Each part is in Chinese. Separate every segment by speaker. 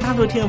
Speaker 1: 大陆听众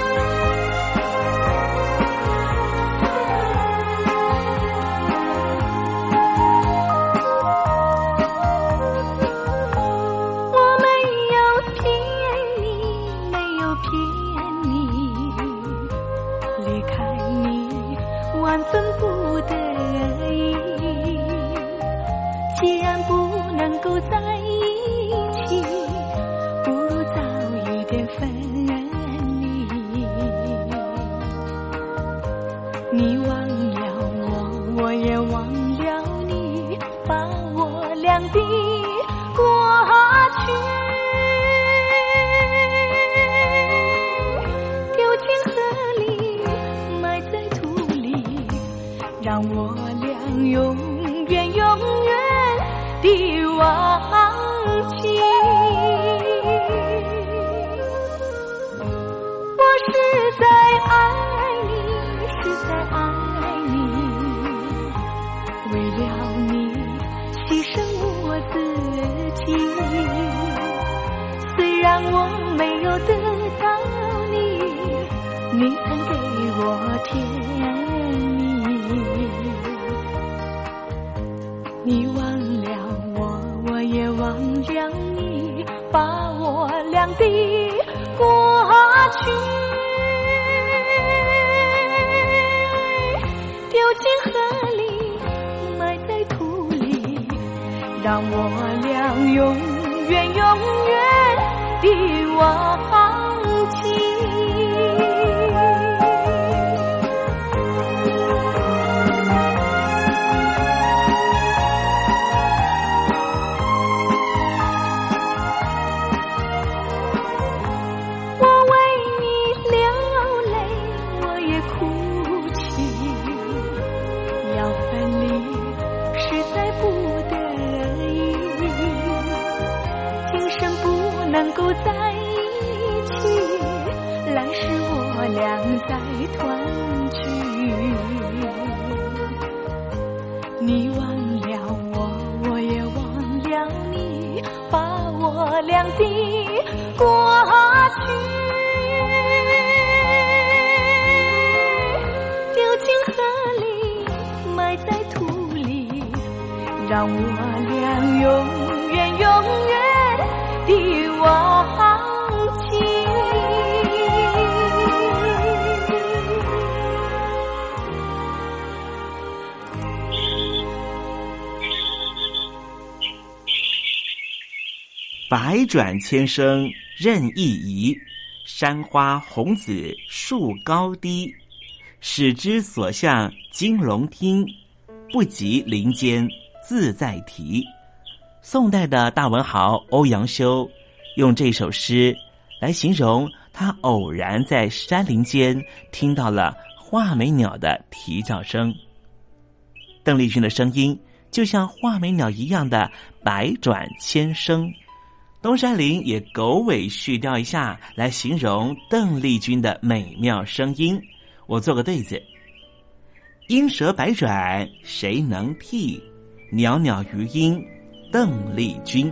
Speaker 2: 我没有骗你，没有骗你，离开你万分不得已，既然不能够在一起，不如早一点分离。我没有得到你，你曾给我甜蜜。你忘了我，我也忘了你，把我俩的过去丢进河里，埋在土里，让我俩永远永远的忘记。我为你流泪，我也哭泣。要分离，实在不得已，今生不能够在一起，来世我俩再团聚。你忘了我，我也忘了你，把我俩的过去。丢进河里，埋在土里，让我俩永远永远的忘记。
Speaker 1: 百转千声任意移，山花红紫树高低。使之所向金龙听，不及林间自在啼。宋代的大文豪欧阳修用这首诗来形容他偶然在山林间听到了画眉鸟的啼叫声。邓丽君的声音就像画眉鸟一样的百转千声。东山林也狗尾续貂一下来形容邓丽君的美妙声音。我做个对子：鹰蛇百转谁能替？袅袅余音，邓丽君。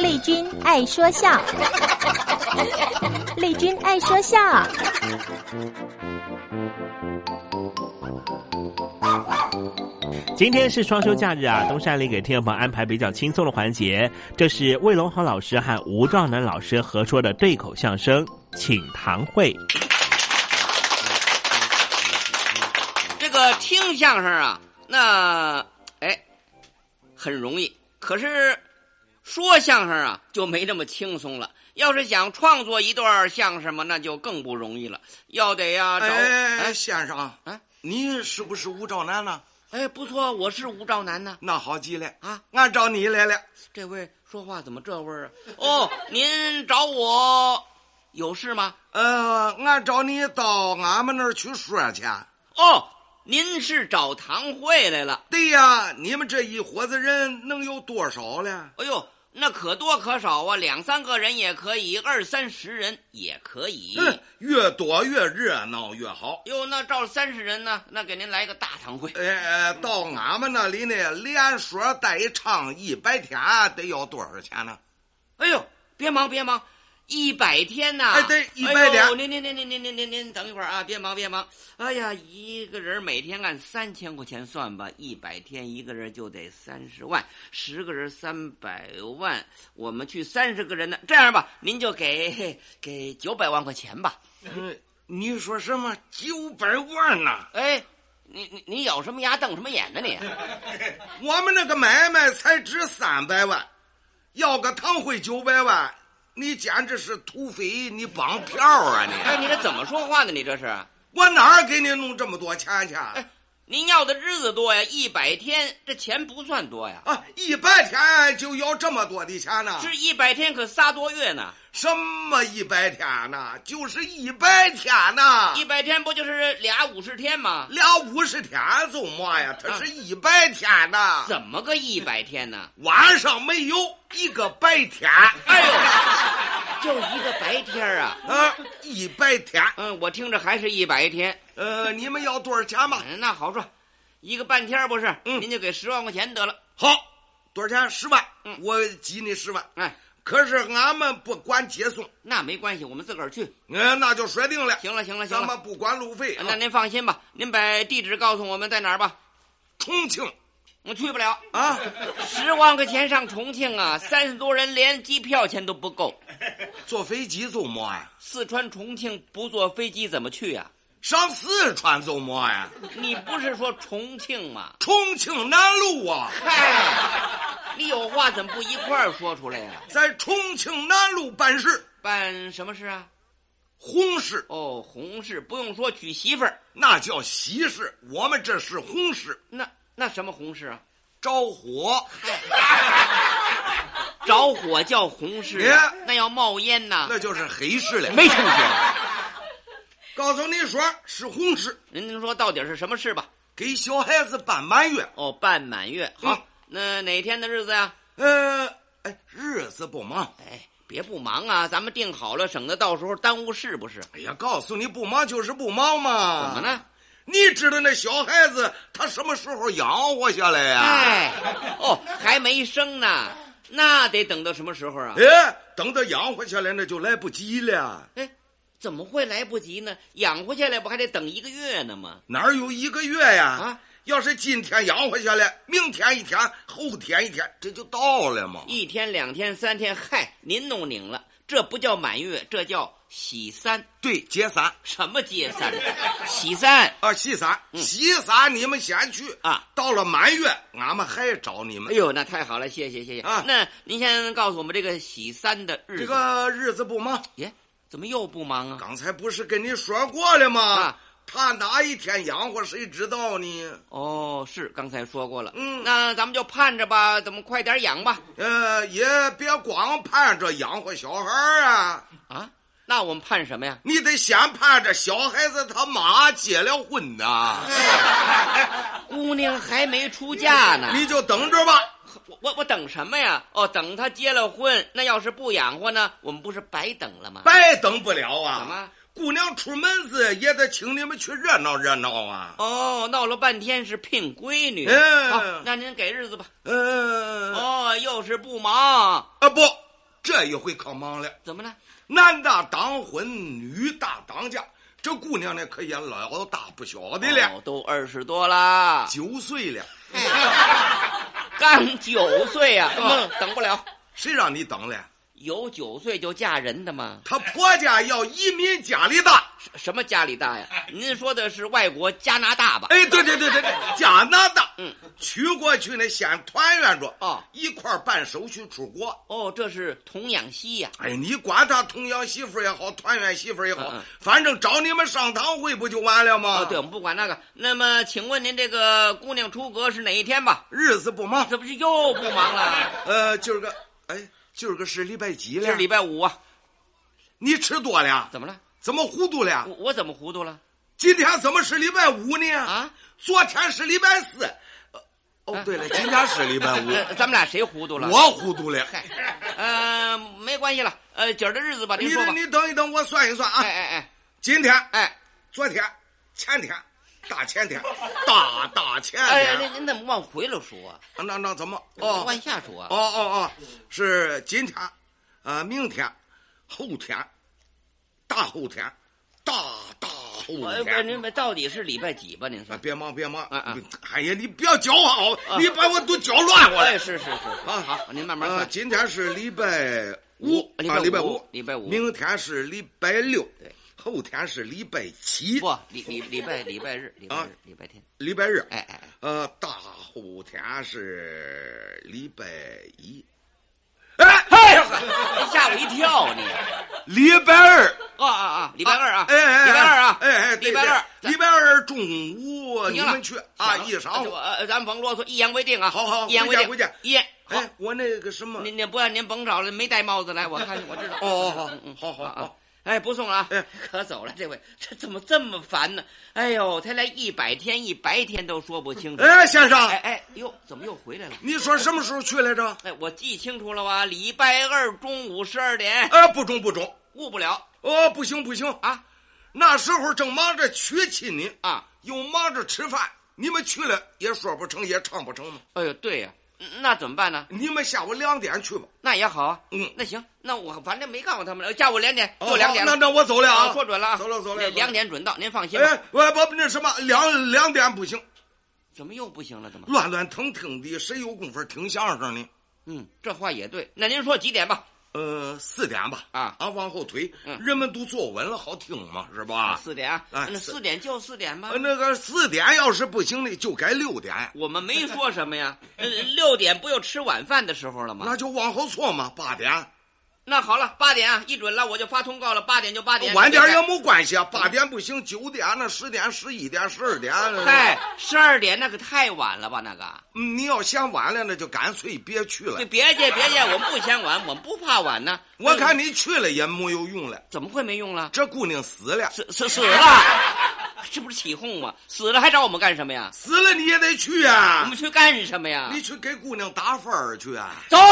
Speaker 3: 丽君爱说笑， 丽君爱说笑。
Speaker 1: 今天是双休假日啊，东山里给听众朋友安排比较轻松的环节，这是魏龙豪老师和吴兆南老师合说的对口相声《请堂会》。
Speaker 4: 这个听相声啊，那哎很容易，可是说相声啊就没那么轻松了。要是想创作一段相声嘛，那就更不容易了，要得呀找
Speaker 5: 哎，
Speaker 4: 哎
Speaker 5: 先生，
Speaker 4: 哎，
Speaker 5: 你是不是吴兆南呢？
Speaker 4: 哎，不错，我是吴兆南呢。
Speaker 5: 那好极了
Speaker 4: 啊，
Speaker 5: 俺找你来了。
Speaker 4: 这位说话怎么这味儿啊？哦，您找我有事吗？
Speaker 5: 呃，俺找你到俺们那儿去说去。
Speaker 4: 哦，您是找堂会来了。
Speaker 5: 对呀，你们这一伙子人能有多少了？
Speaker 4: 哎呦，那可多可少啊，两三个人也可以，二三十人也可以。
Speaker 5: 嗯，越多越热闹越好。
Speaker 4: 哟，那照三十人呢？那给您来个大堂会。
Speaker 5: 呃，到俺们那里呢，连说带唱一百天得要多少钱呢？
Speaker 4: 哎呦，别忙别忙，一百天呐、
Speaker 5: 哎对100天
Speaker 4: 哎呦您您您您您您您您等一会儿啊，别忙别忙。哎呀，一个人每天按三千块钱算吧，一百天一个人就得三十万，十个人三百万，我们去三十个人呢。这样吧，您就给给九百万块钱吧。
Speaker 5: 嗯，你说什么九百万呢？
Speaker 4: 哎，你你你咬什么牙瞪什么眼呢你？
Speaker 5: 我们那个买卖才值三百万，要个堂会九百万，
Speaker 2: 你简直是土匪，你绑票啊你！
Speaker 4: 哎，你这怎么说话呢？你这是？
Speaker 2: 我哪儿给你弄这么多钱去？
Speaker 4: 哎，您要的日子多呀，一百天这钱不算多呀。
Speaker 2: 啊，一百天就要这么多的钱呢？
Speaker 4: 是一百天可仨多月呢。
Speaker 2: 什么一百天呢？就是一百天呢。
Speaker 4: 一百天不就是俩五十天吗？
Speaker 2: 俩五十天怎么呀？它是一百天呢、啊。
Speaker 4: 怎么个一百天呢？
Speaker 2: 晚上没有一个白天。
Speaker 4: 哎呦！ 就一个白天啊，
Speaker 2: 啊，一百天，
Speaker 4: 嗯，我听着还是一百天。嗯
Speaker 2: 呃，你们要多少钱吧？
Speaker 4: 那好说，一个半天不是，嗯，您就给十万块钱得了。
Speaker 2: 好，多少钱？十万，嗯，我给你十万。
Speaker 4: 哎，
Speaker 2: 可是啊俺们不管接送，
Speaker 4: 那没关系，我们自个儿去。
Speaker 2: 嗯，那就说定了。
Speaker 4: 行了，行了，行
Speaker 2: 了，咱们不管路费。
Speaker 4: 那您放心吧，您把地址告诉我们在哪儿吧。
Speaker 2: 重庆。
Speaker 4: 我去不了
Speaker 2: 啊！
Speaker 4: 十万块钱上重庆啊，三十多人连机票钱都不够。
Speaker 2: 坐飞机走么啊呀？
Speaker 4: 四川重庆不坐飞机怎么去呀、
Speaker 2: 啊？上四川走么呀？
Speaker 4: 你不是说重庆吗？
Speaker 2: 重庆南路啊！
Speaker 4: 嗨，你有话怎么不一块儿说出来呀、啊？
Speaker 2: 在重庆南路办事，
Speaker 4: 办什么事啊？
Speaker 2: 红事
Speaker 4: 哦，红事不用说，娶媳妇儿
Speaker 2: 那叫喜事，我们这是红事。
Speaker 4: 那。那什么红事啊？
Speaker 2: 着火，
Speaker 4: 哦 着火叫红事、啊，那要冒烟呐，
Speaker 2: 那就是黑事了。
Speaker 4: 没听见？
Speaker 2: 告诉你说是红事，
Speaker 4: 您说到底是什么事吧？
Speaker 2: 给小孩子办满月。
Speaker 4: 哦，办满月。好，嗯、那哪天的日子呀、啊？
Speaker 2: 呃，哎，日子不忙。
Speaker 4: 哎，别不忙啊，咱们定好了，省得到时候耽误事不是？
Speaker 2: 哎呀，告诉你不忙就是不忙嘛。
Speaker 4: 怎么呢？
Speaker 2: 你知道那小孩子他什么时候养活下来呀、
Speaker 4: 啊？哎，哦，还没生呢，那得等到什么时候啊？
Speaker 2: 哎，等到养活下来那就来不及了。
Speaker 4: 哎，怎么会来不及呢？养活下来不还得等一个月呢吗？
Speaker 2: 哪有一个月呀？啊，要是今天养活下来，明天一天，后天一天，这就到了吗？
Speaker 4: 一天、两天、三天，嗨，您弄拧了，这不叫满月，这叫。喜三
Speaker 2: 对接三
Speaker 4: 什么接 三？喜三
Speaker 2: 啊，喜三，喜三，你们先去
Speaker 4: 啊。
Speaker 2: 到了满月，俺们还找你们。
Speaker 4: 哎呦，那太好了，谢谢谢谢
Speaker 2: 啊。
Speaker 4: 那您先告诉我们这个喜三的日子。
Speaker 2: 这个日子不忙
Speaker 4: 耶？怎么又不忙啊？
Speaker 2: 刚才不是跟你说过了吗？
Speaker 4: 啊，
Speaker 2: 他哪一天养活谁知道呢？
Speaker 4: 哦，是刚才说过了。
Speaker 2: 嗯，
Speaker 4: 那咱们就盼着吧，咱们快点养吧。
Speaker 2: 呃，也别光盼着养活小孩啊
Speaker 4: 啊。那我们盼什么呀？
Speaker 2: 你得先盼着小孩子他妈结了婚呐、
Speaker 4: 哎，姑娘还没出嫁呢，
Speaker 2: 啊你就等着吧。
Speaker 4: 我我我等什么呀？哦，等她结了婚，那要是不养活呢，我们不是白等了吗？
Speaker 2: 白等不了
Speaker 4: 啊！怎么？
Speaker 2: 姑娘出门子也得请你们去热闹热闹啊！
Speaker 4: 哦，闹了半天是聘闺女。
Speaker 2: 嗯、
Speaker 4: 好，那您给日子吧。
Speaker 2: 嗯。
Speaker 4: 哦，又是不忙
Speaker 2: 啊？不，这一回可忙了。
Speaker 4: 怎么了？
Speaker 2: 男大当婚，女大当嫁，这姑娘呢可也老大不小的了，
Speaker 4: 哦、都二十多啦，
Speaker 2: 九岁了，
Speaker 4: 刚九岁呀、啊嗯，等不了，
Speaker 2: 谁让你等了？
Speaker 4: 有九岁就嫁人的吗？
Speaker 2: 她婆家要移民加拿大，
Speaker 4: 什么加拿大呀？您说的是外国加拿大吧？
Speaker 2: 哎，对对对对对，加拿大，
Speaker 4: 嗯，
Speaker 2: 娶过去呢，先团圆着
Speaker 4: 哦，
Speaker 2: 一块办手续出国。
Speaker 4: 哦，这是童养媳呀、
Speaker 2: 啊！哎，你管他童养媳妇也好，团圆媳妇也好、
Speaker 4: 嗯，
Speaker 2: 反正找你们上堂会不就完了吗？
Speaker 4: 哦，对，我们不管那个。那么，请问您这个姑娘出阁是哪一天吧？
Speaker 2: 日子不忙，
Speaker 4: 这不是又不忙了？
Speaker 2: 呃，就是个，哎。今、就、儿、是、个是礼拜几了？
Speaker 4: 是礼拜五啊！
Speaker 2: 你吃多了？
Speaker 4: 怎么了？
Speaker 2: 怎么糊涂了？
Speaker 4: 我我怎么糊涂了？
Speaker 2: 今天怎么是礼拜五呢？
Speaker 4: 啊！
Speaker 2: 昨天是礼拜四。呃、哦，对了、 啊，今天是礼拜五、
Speaker 4: 呃。咱们俩谁糊涂了？
Speaker 2: 我糊涂了。
Speaker 4: 呃，没关系了。呃，今儿的日子吧，您说吧。
Speaker 2: 你等一等，我算一算啊。
Speaker 4: 哎哎哎，
Speaker 2: 今天
Speaker 4: 哎，
Speaker 2: 昨天，前天。大 前天，大大前天。
Speaker 4: 哎，您您怎么往回了说、啊？
Speaker 2: 那那怎么？哦，
Speaker 4: 往下说、啊。
Speaker 2: 哦哦哦，是今天，呃，明天，后天，大后天，大大后天。
Speaker 4: 不、哎，您们到底是礼拜几吧？您说。
Speaker 2: 别忙，别忙。
Speaker 4: 啊啊！
Speaker 2: 哎呀，你不要搅好、啊，你把 我都搅乱了。
Speaker 4: 哎，是是是。啊，好，您慢慢算。呃、
Speaker 2: 今天是礼拜
Speaker 4: 五
Speaker 2: 啊，礼拜五，
Speaker 4: 礼拜五。
Speaker 2: 明天是礼拜六。
Speaker 4: 对。
Speaker 2: 后天是礼拜七，
Speaker 4: 不，礼礼礼拜礼拜日，礼
Speaker 2: 啊
Speaker 4: 拜日，礼拜天，
Speaker 2: 礼拜日，
Speaker 4: 哎哎，
Speaker 2: 呃，大后天是礼拜一，哎，哎
Speaker 4: 哎吓我一跳！
Speaker 2: 礼拜二
Speaker 4: 啊啊啊！礼拜二啊！
Speaker 2: 哎哎，
Speaker 4: 礼拜二啊！
Speaker 2: 哎哎，
Speaker 4: 礼拜二，
Speaker 2: 礼拜二中午你们去啊，一晌午，
Speaker 4: 呃咱甭啰嗦，一言为定啊！
Speaker 2: 好好，
Speaker 4: 一言为定，
Speaker 2: 回见，
Speaker 4: 一言。
Speaker 2: 哎，我那个什么，
Speaker 4: 您您不要您甭找了，没戴帽子来，我看我知道。嗯
Speaker 2: 哦，好，好好好。
Speaker 4: 哎，不送了啊！可走了，这位这怎么这么烦呢？哎呦，才来一百天，一白天都说不清楚。
Speaker 2: 哎，先生，
Speaker 4: 哎哎，哟，怎么又回来了？
Speaker 2: 你说什么时候去来着？
Speaker 4: 哎，我记清楚了哇，礼拜二中午十二点。
Speaker 2: 哎，不中不中，
Speaker 4: 误不了。
Speaker 2: 哦，不行不行
Speaker 4: 啊，
Speaker 2: 那时候正忙着娶亲呢
Speaker 4: 啊，
Speaker 2: 又忙着吃饭，你们去了也说不成，也唱不成嘛。
Speaker 4: 哎呦，对呀。那怎么办呢？
Speaker 2: 你们下午两点去吧。
Speaker 4: 那也好啊。
Speaker 2: 嗯，哦
Speaker 4: 那行，那我反正没告诉他们，下午两点就哦两点。
Speaker 2: 那那我走了啊，
Speaker 4: 说准了啊，
Speaker 2: 走了走了，
Speaker 4: 两点准到，您放心。
Speaker 2: 哎，我不那什么，两两点不行。
Speaker 4: 怎么又不行了？怎么
Speaker 2: 乱乱腾腾的？谁有功夫听相声呢？
Speaker 4: 嗯，这话也对。那您说几点吧？
Speaker 2: 呃，四点吧。
Speaker 4: 啊
Speaker 2: 啊，往后推，人们都坐稳了，好听嘛，是吧？
Speaker 4: 四点啊，
Speaker 2: 哎，
Speaker 4: 那四点就四点吧。
Speaker 2: 呃那个四点要是不行呢，就改六点。
Speaker 4: 我们没说什么呀，呃六点不又吃晚饭的时候了吗？
Speaker 2: 那就往后错嘛，八点。
Speaker 4: 那好了，八点啊，一准了，我就发通告了。八点就八点，
Speaker 2: 晚点也没关系啊。八点不行，九点那十点、十一点、十二点。
Speaker 4: 嗨，十二点那个太晚了吧？那个，
Speaker 2: 你要嫌晚了，那就干脆别去了。
Speaker 4: 别介，别介，我们不嫌晚，我们不怕晚呢。
Speaker 2: 我看你去了也没有用了。
Speaker 4: 怎么会没用了？
Speaker 2: 这姑娘死了，
Speaker 4: 死死死了， 这不是起哄吗？死了还找我们干什么呀？
Speaker 2: 死了你也得去啊！
Speaker 4: 我们去干什么呀？
Speaker 2: 你去给姑娘打分儿去啊！ 哎
Speaker 4: 走。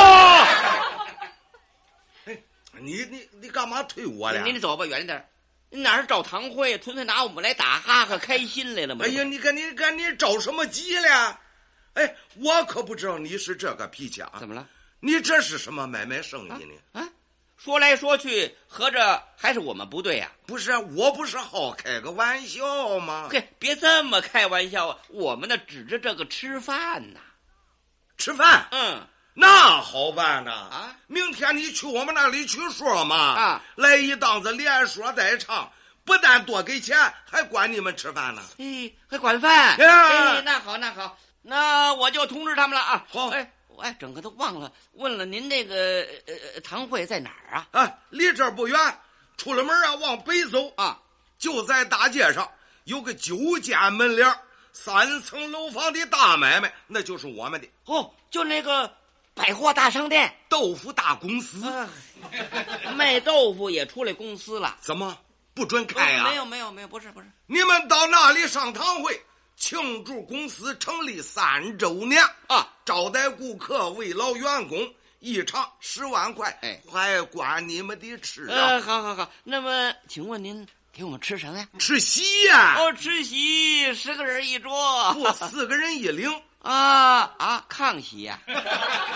Speaker 2: 你你你干嘛推我了？
Speaker 4: 您走吧，远点你哪是找堂会呀？纯粹拿我们来打哈哈开心来了吗？
Speaker 2: 哎呀，你看你看你着什么急了？哎，我可不知道你是这个脾气啊！
Speaker 4: 怎么了？
Speaker 2: 你这是什么买卖生意呢？
Speaker 4: 啊，啊说来说去，合着还是我们不对呀、啊？
Speaker 2: 不是，我不是好开个玩笑吗？
Speaker 4: 嘿，别这么开玩笑啊！我们呢，指着这个吃饭呢、啊，
Speaker 2: 吃饭。
Speaker 4: 嗯。
Speaker 2: 那好办呐！
Speaker 4: 啊，
Speaker 2: 明天你去我们那里去说嘛！
Speaker 4: 啊，
Speaker 2: 来一档子连说带唱，不但多给钱，还管你们吃饭呢。
Speaker 4: 哎，还管饭！
Speaker 2: 哎，
Speaker 4: 那好，那好，那我就通知他们了啊！
Speaker 2: 好，
Speaker 4: 哎，我哎，整个都忘了问了您那个呃堂会在哪儿啊？
Speaker 2: 啊，离这儿不远，出了门啊，往北走
Speaker 4: 啊，
Speaker 2: 就在大街上有个九间门帘三层楼房的大买卖，那就是我们的
Speaker 4: 哦，就那个。百货大商店，
Speaker 2: 豆腐大公司，
Speaker 4: 啊、卖豆腐也出来公司了？哦
Speaker 2: 怎么不准开啊？
Speaker 4: 没有没有没有，不是不是。
Speaker 2: 你们到那里上堂会，庆祝公司成立三周年
Speaker 4: 啊！
Speaker 2: 招待顾客，慰劳员工，一场十万块，
Speaker 4: 哎，
Speaker 2: 还管你们的吃啊！
Speaker 4: 呃，好好好。那么，请问您给我们吃什么呀？
Speaker 2: 吃席呀、
Speaker 4: 啊！哦，吃席，十个人一桌，
Speaker 2: 不，四个人一领。
Speaker 4: 啊啊，炕席呀、啊！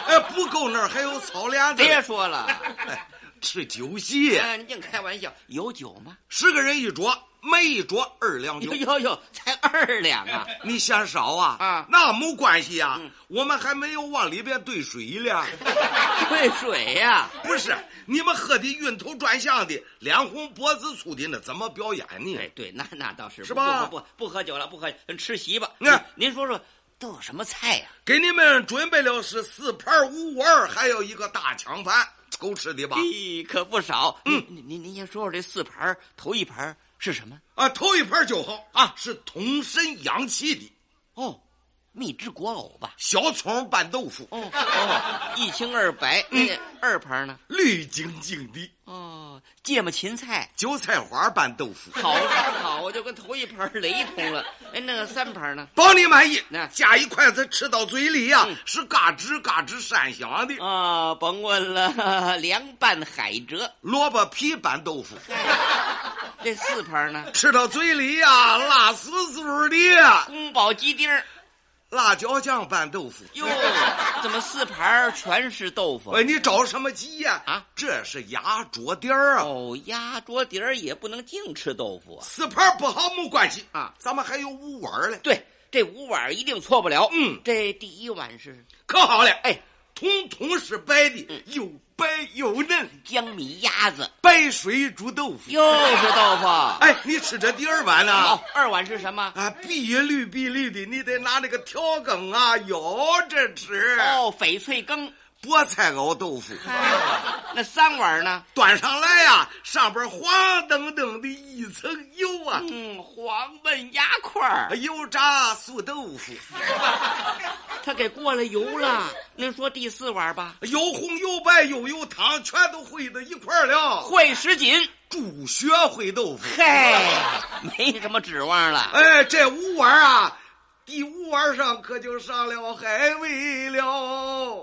Speaker 2: 哎，不够那儿还有草帘子。
Speaker 4: 别说了，
Speaker 2: 哎、吃酒席。
Speaker 4: 哎、啊，你净开玩笑，有酒吗？
Speaker 2: 十个人一桌，每一桌二两酒。
Speaker 4: 哟哟，才二两啊！
Speaker 2: 你嫌少啊？
Speaker 4: 啊，
Speaker 2: 那没关系呀、啊，
Speaker 4: 嗯、
Speaker 2: 我们还没有往里边兑水 呢。
Speaker 4: 兑水呀？
Speaker 2: 不是，你们喝的晕头转向的，脸红脖子粗的，那怎么表演呢？
Speaker 4: 哎，对，那那倒是
Speaker 2: 是吧？
Speaker 4: 不不不喝酒了，不喝吃席吧？
Speaker 2: 那
Speaker 4: 您说说。都有什么菜呀、
Speaker 2: 啊？给你们准备了是四盘五碗，还有一个大抢盘，够吃的吧？
Speaker 4: 咦，可不少。
Speaker 2: 嗯，
Speaker 4: 您您您先说说这四盘，头一盘是什么？
Speaker 2: 啊，头一盘就好
Speaker 4: 啊，
Speaker 2: 是通参养气的。
Speaker 4: 哦，蜜汁果藕吧？
Speaker 2: 小葱拌豆腐。
Speaker 4: 哦哦，一清二白。嗯，二盘呢？
Speaker 2: 绿晶晶的。
Speaker 4: 哦，芥末芹菜、
Speaker 2: 韭菜花拌豆腐。
Speaker 4: 好好好，我就跟头一盘雷同了。哎，那个三盘呢？
Speaker 2: 保你满意。
Speaker 4: 那
Speaker 2: 夹一筷子吃到嘴里呀、啊，嗯、是嘎吱嘎吱山香的
Speaker 4: 啊！甭问了， 凉拌海蜇、
Speaker 2: 萝卜皮拌豆腐。
Speaker 4: 这四盘呢？
Speaker 2: 吃到嘴里呀、啊，辣丝丝的。
Speaker 4: 宫保鸡丁儿。
Speaker 2: 辣椒酱拌豆腐
Speaker 4: 哟，怎么四盘全是豆腐？啊
Speaker 2: 哎，你找什么急呀、
Speaker 4: 啊？啊，
Speaker 2: 这是压桌碟儿啊！
Speaker 4: 哦，压桌碟儿也不能净吃豆腐啊。
Speaker 2: 四盘不好没关系
Speaker 4: 啊，
Speaker 2: 咱们还有五碗嘞。
Speaker 4: 对，这五碗一定错不了。
Speaker 2: 嗯，
Speaker 4: 这第一碗是
Speaker 2: 可好了，
Speaker 4: 哎，
Speaker 2: 统统是白的，又白又嫩，
Speaker 4: 江米鸭子，
Speaker 2: 白水煮豆腐，
Speaker 4: 又是豆腐。
Speaker 2: 哎，你吃这第二碗呢、啊？
Speaker 4: 好，二碗是什么？
Speaker 2: 啊，碧绿碧绿的，你得拿那个调羹啊舀着吃。
Speaker 4: 哦，翡翠羹，哎
Speaker 2: 菠菜熬豆腐。
Speaker 4: 那三碗呢？
Speaker 2: 端上来呀、啊，上边黄澄澄的一层油啊，
Speaker 4: 嗯，黄焖鸭块儿，
Speaker 2: 油炸素豆腐。
Speaker 4: 他给过了油了，您说第四碗吧？
Speaker 2: 有红有白又有汤，全都烩到一块儿了。
Speaker 4: 烩什锦，
Speaker 2: 猪血烩豆腐。
Speaker 4: 嘿，没什么指望了。
Speaker 2: 哎，这五碗啊。第五碗上可就上了海味了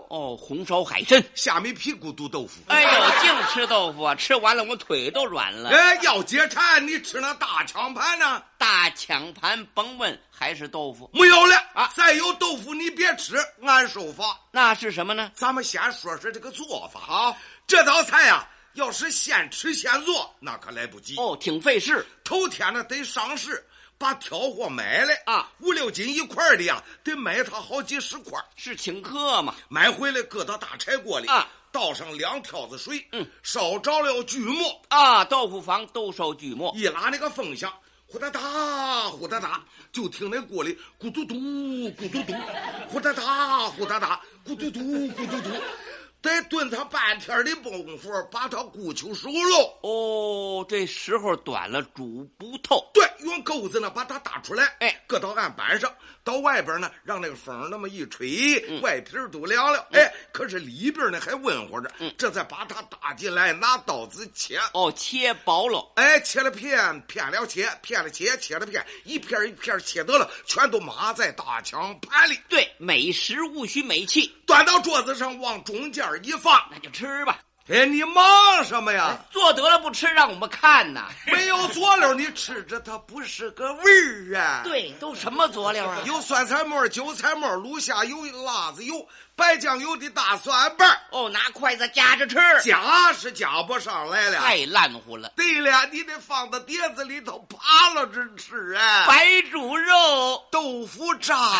Speaker 2: 哦，
Speaker 4: 红烧海参、
Speaker 2: 虾米屁股肚豆腐。
Speaker 4: 哎呦，净吃豆腐啊！吃完了我腿都软了。
Speaker 2: 哎，要解馋，你吃那大抢盘呢？
Speaker 4: 大抢盘甭问，还是豆腐。
Speaker 2: 没有了啊！再有豆腐你别吃，按手法。
Speaker 4: 那是什么呢？
Speaker 2: 咱们先说说这个做法。
Speaker 4: 好，
Speaker 2: 这道菜呀、啊。要是现吃现做，那可来不及
Speaker 4: 哦，挺费事。
Speaker 2: 头天呢得上市，把挑货买来
Speaker 4: 啊，
Speaker 2: 五六斤一块的呀，得买它好几十块。
Speaker 4: 是请客嘛？
Speaker 2: 买回来搁到大柴锅里
Speaker 4: 啊，
Speaker 2: 倒上两挑子水，
Speaker 4: 嗯，
Speaker 2: 烧着了锯末
Speaker 4: 啊，豆腐房都烧锯末，
Speaker 2: 一拉那个风箱，呼哒哒，呼哒哒，就听那锅里咕嘟嘟，咕嘟嘟，呼哒哒，呼哒哒，咕嘟嘟，咕嘟嘟。得炖它半天的功夫，把它咕球熟喽。
Speaker 4: 哦，这时候短了，煮不透。
Speaker 2: 对，用钩子呢把它打出来，
Speaker 4: 哎，
Speaker 2: 搁到案板上，到外边呢让那个风那么一吹，
Speaker 4: 嗯、
Speaker 2: 外皮都凉了。
Speaker 4: 嗯、
Speaker 2: 哎，可是里边呢还温乎着。
Speaker 4: 嗯，
Speaker 2: 这再把它打进来，拿刀子切。
Speaker 4: 哦，切薄了。
Speaker 2: 哎，切了片，片了切，片了切，切了片，一片一片切得了，全都码在大墙盘里。
Speaker 4: 对，美食勿需美器，
Speaker 2: 端到桌子上，往中间。一放，
Speaker 4: 那就吃吧。
Speaker 2: 哎，你忙什 么呀？
Speaker 4: 做得了不吃，让我们看呐。
Speaker 2: 没有佐料，你吃着它不是个味儿啊。
Speaker 4: 对，都什么佐料啊？
Speaker 2: 有酸菜末、韭菜末、卤虾油、辣子油、白酱油的大蒜瓣。
Speaker 4: 哦，拿筷子夹着吃，
Speaker 2: 夹是夹不上来了，
Speaker 4: 太烂乎了。
Speaker 2: 对了，你得放到碟子里头扒拉着吃啊。
Speaker 4: 白煮肉、
Speaker 2: 豆腐渣。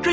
Speaker 1: 这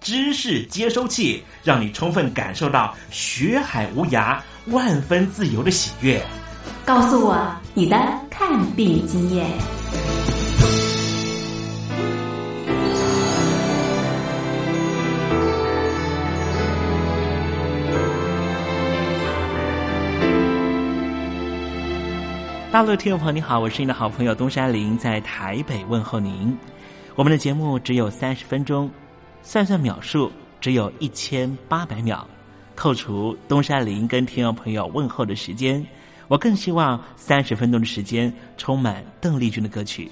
Speaker 1: 知识接收器，让你充分感受到学海无涯、万分自由的喜悦。
Speaker 6: 告诉我你的看病经验。
Speaker 1: 大陆听众朋友，你好，我是你的好朋友东山林，在台北问候您。我们的节目只有三十分钟，算算秒数只有一千八百秒，扣除东山林跟听众朋友问候的时间，我更希望三十分钟的时间充满邓丽君的歌曲。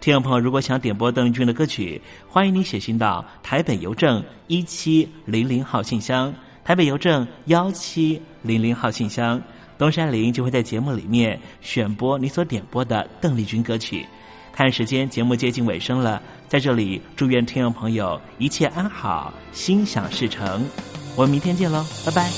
Speaker 1: 听众朋友，如果想点播邓丽君的歌曲，欢迎您写信到台北邮政一七零零号信箱，台北邮政幺七零零号信箱。东山林就会在节目里面选播你所点播的邓丽君歌曲。看时间，节目接近尾声了，在这里祝愿听众朋友一切安好，心想事成。我们明天见喽，拜拜。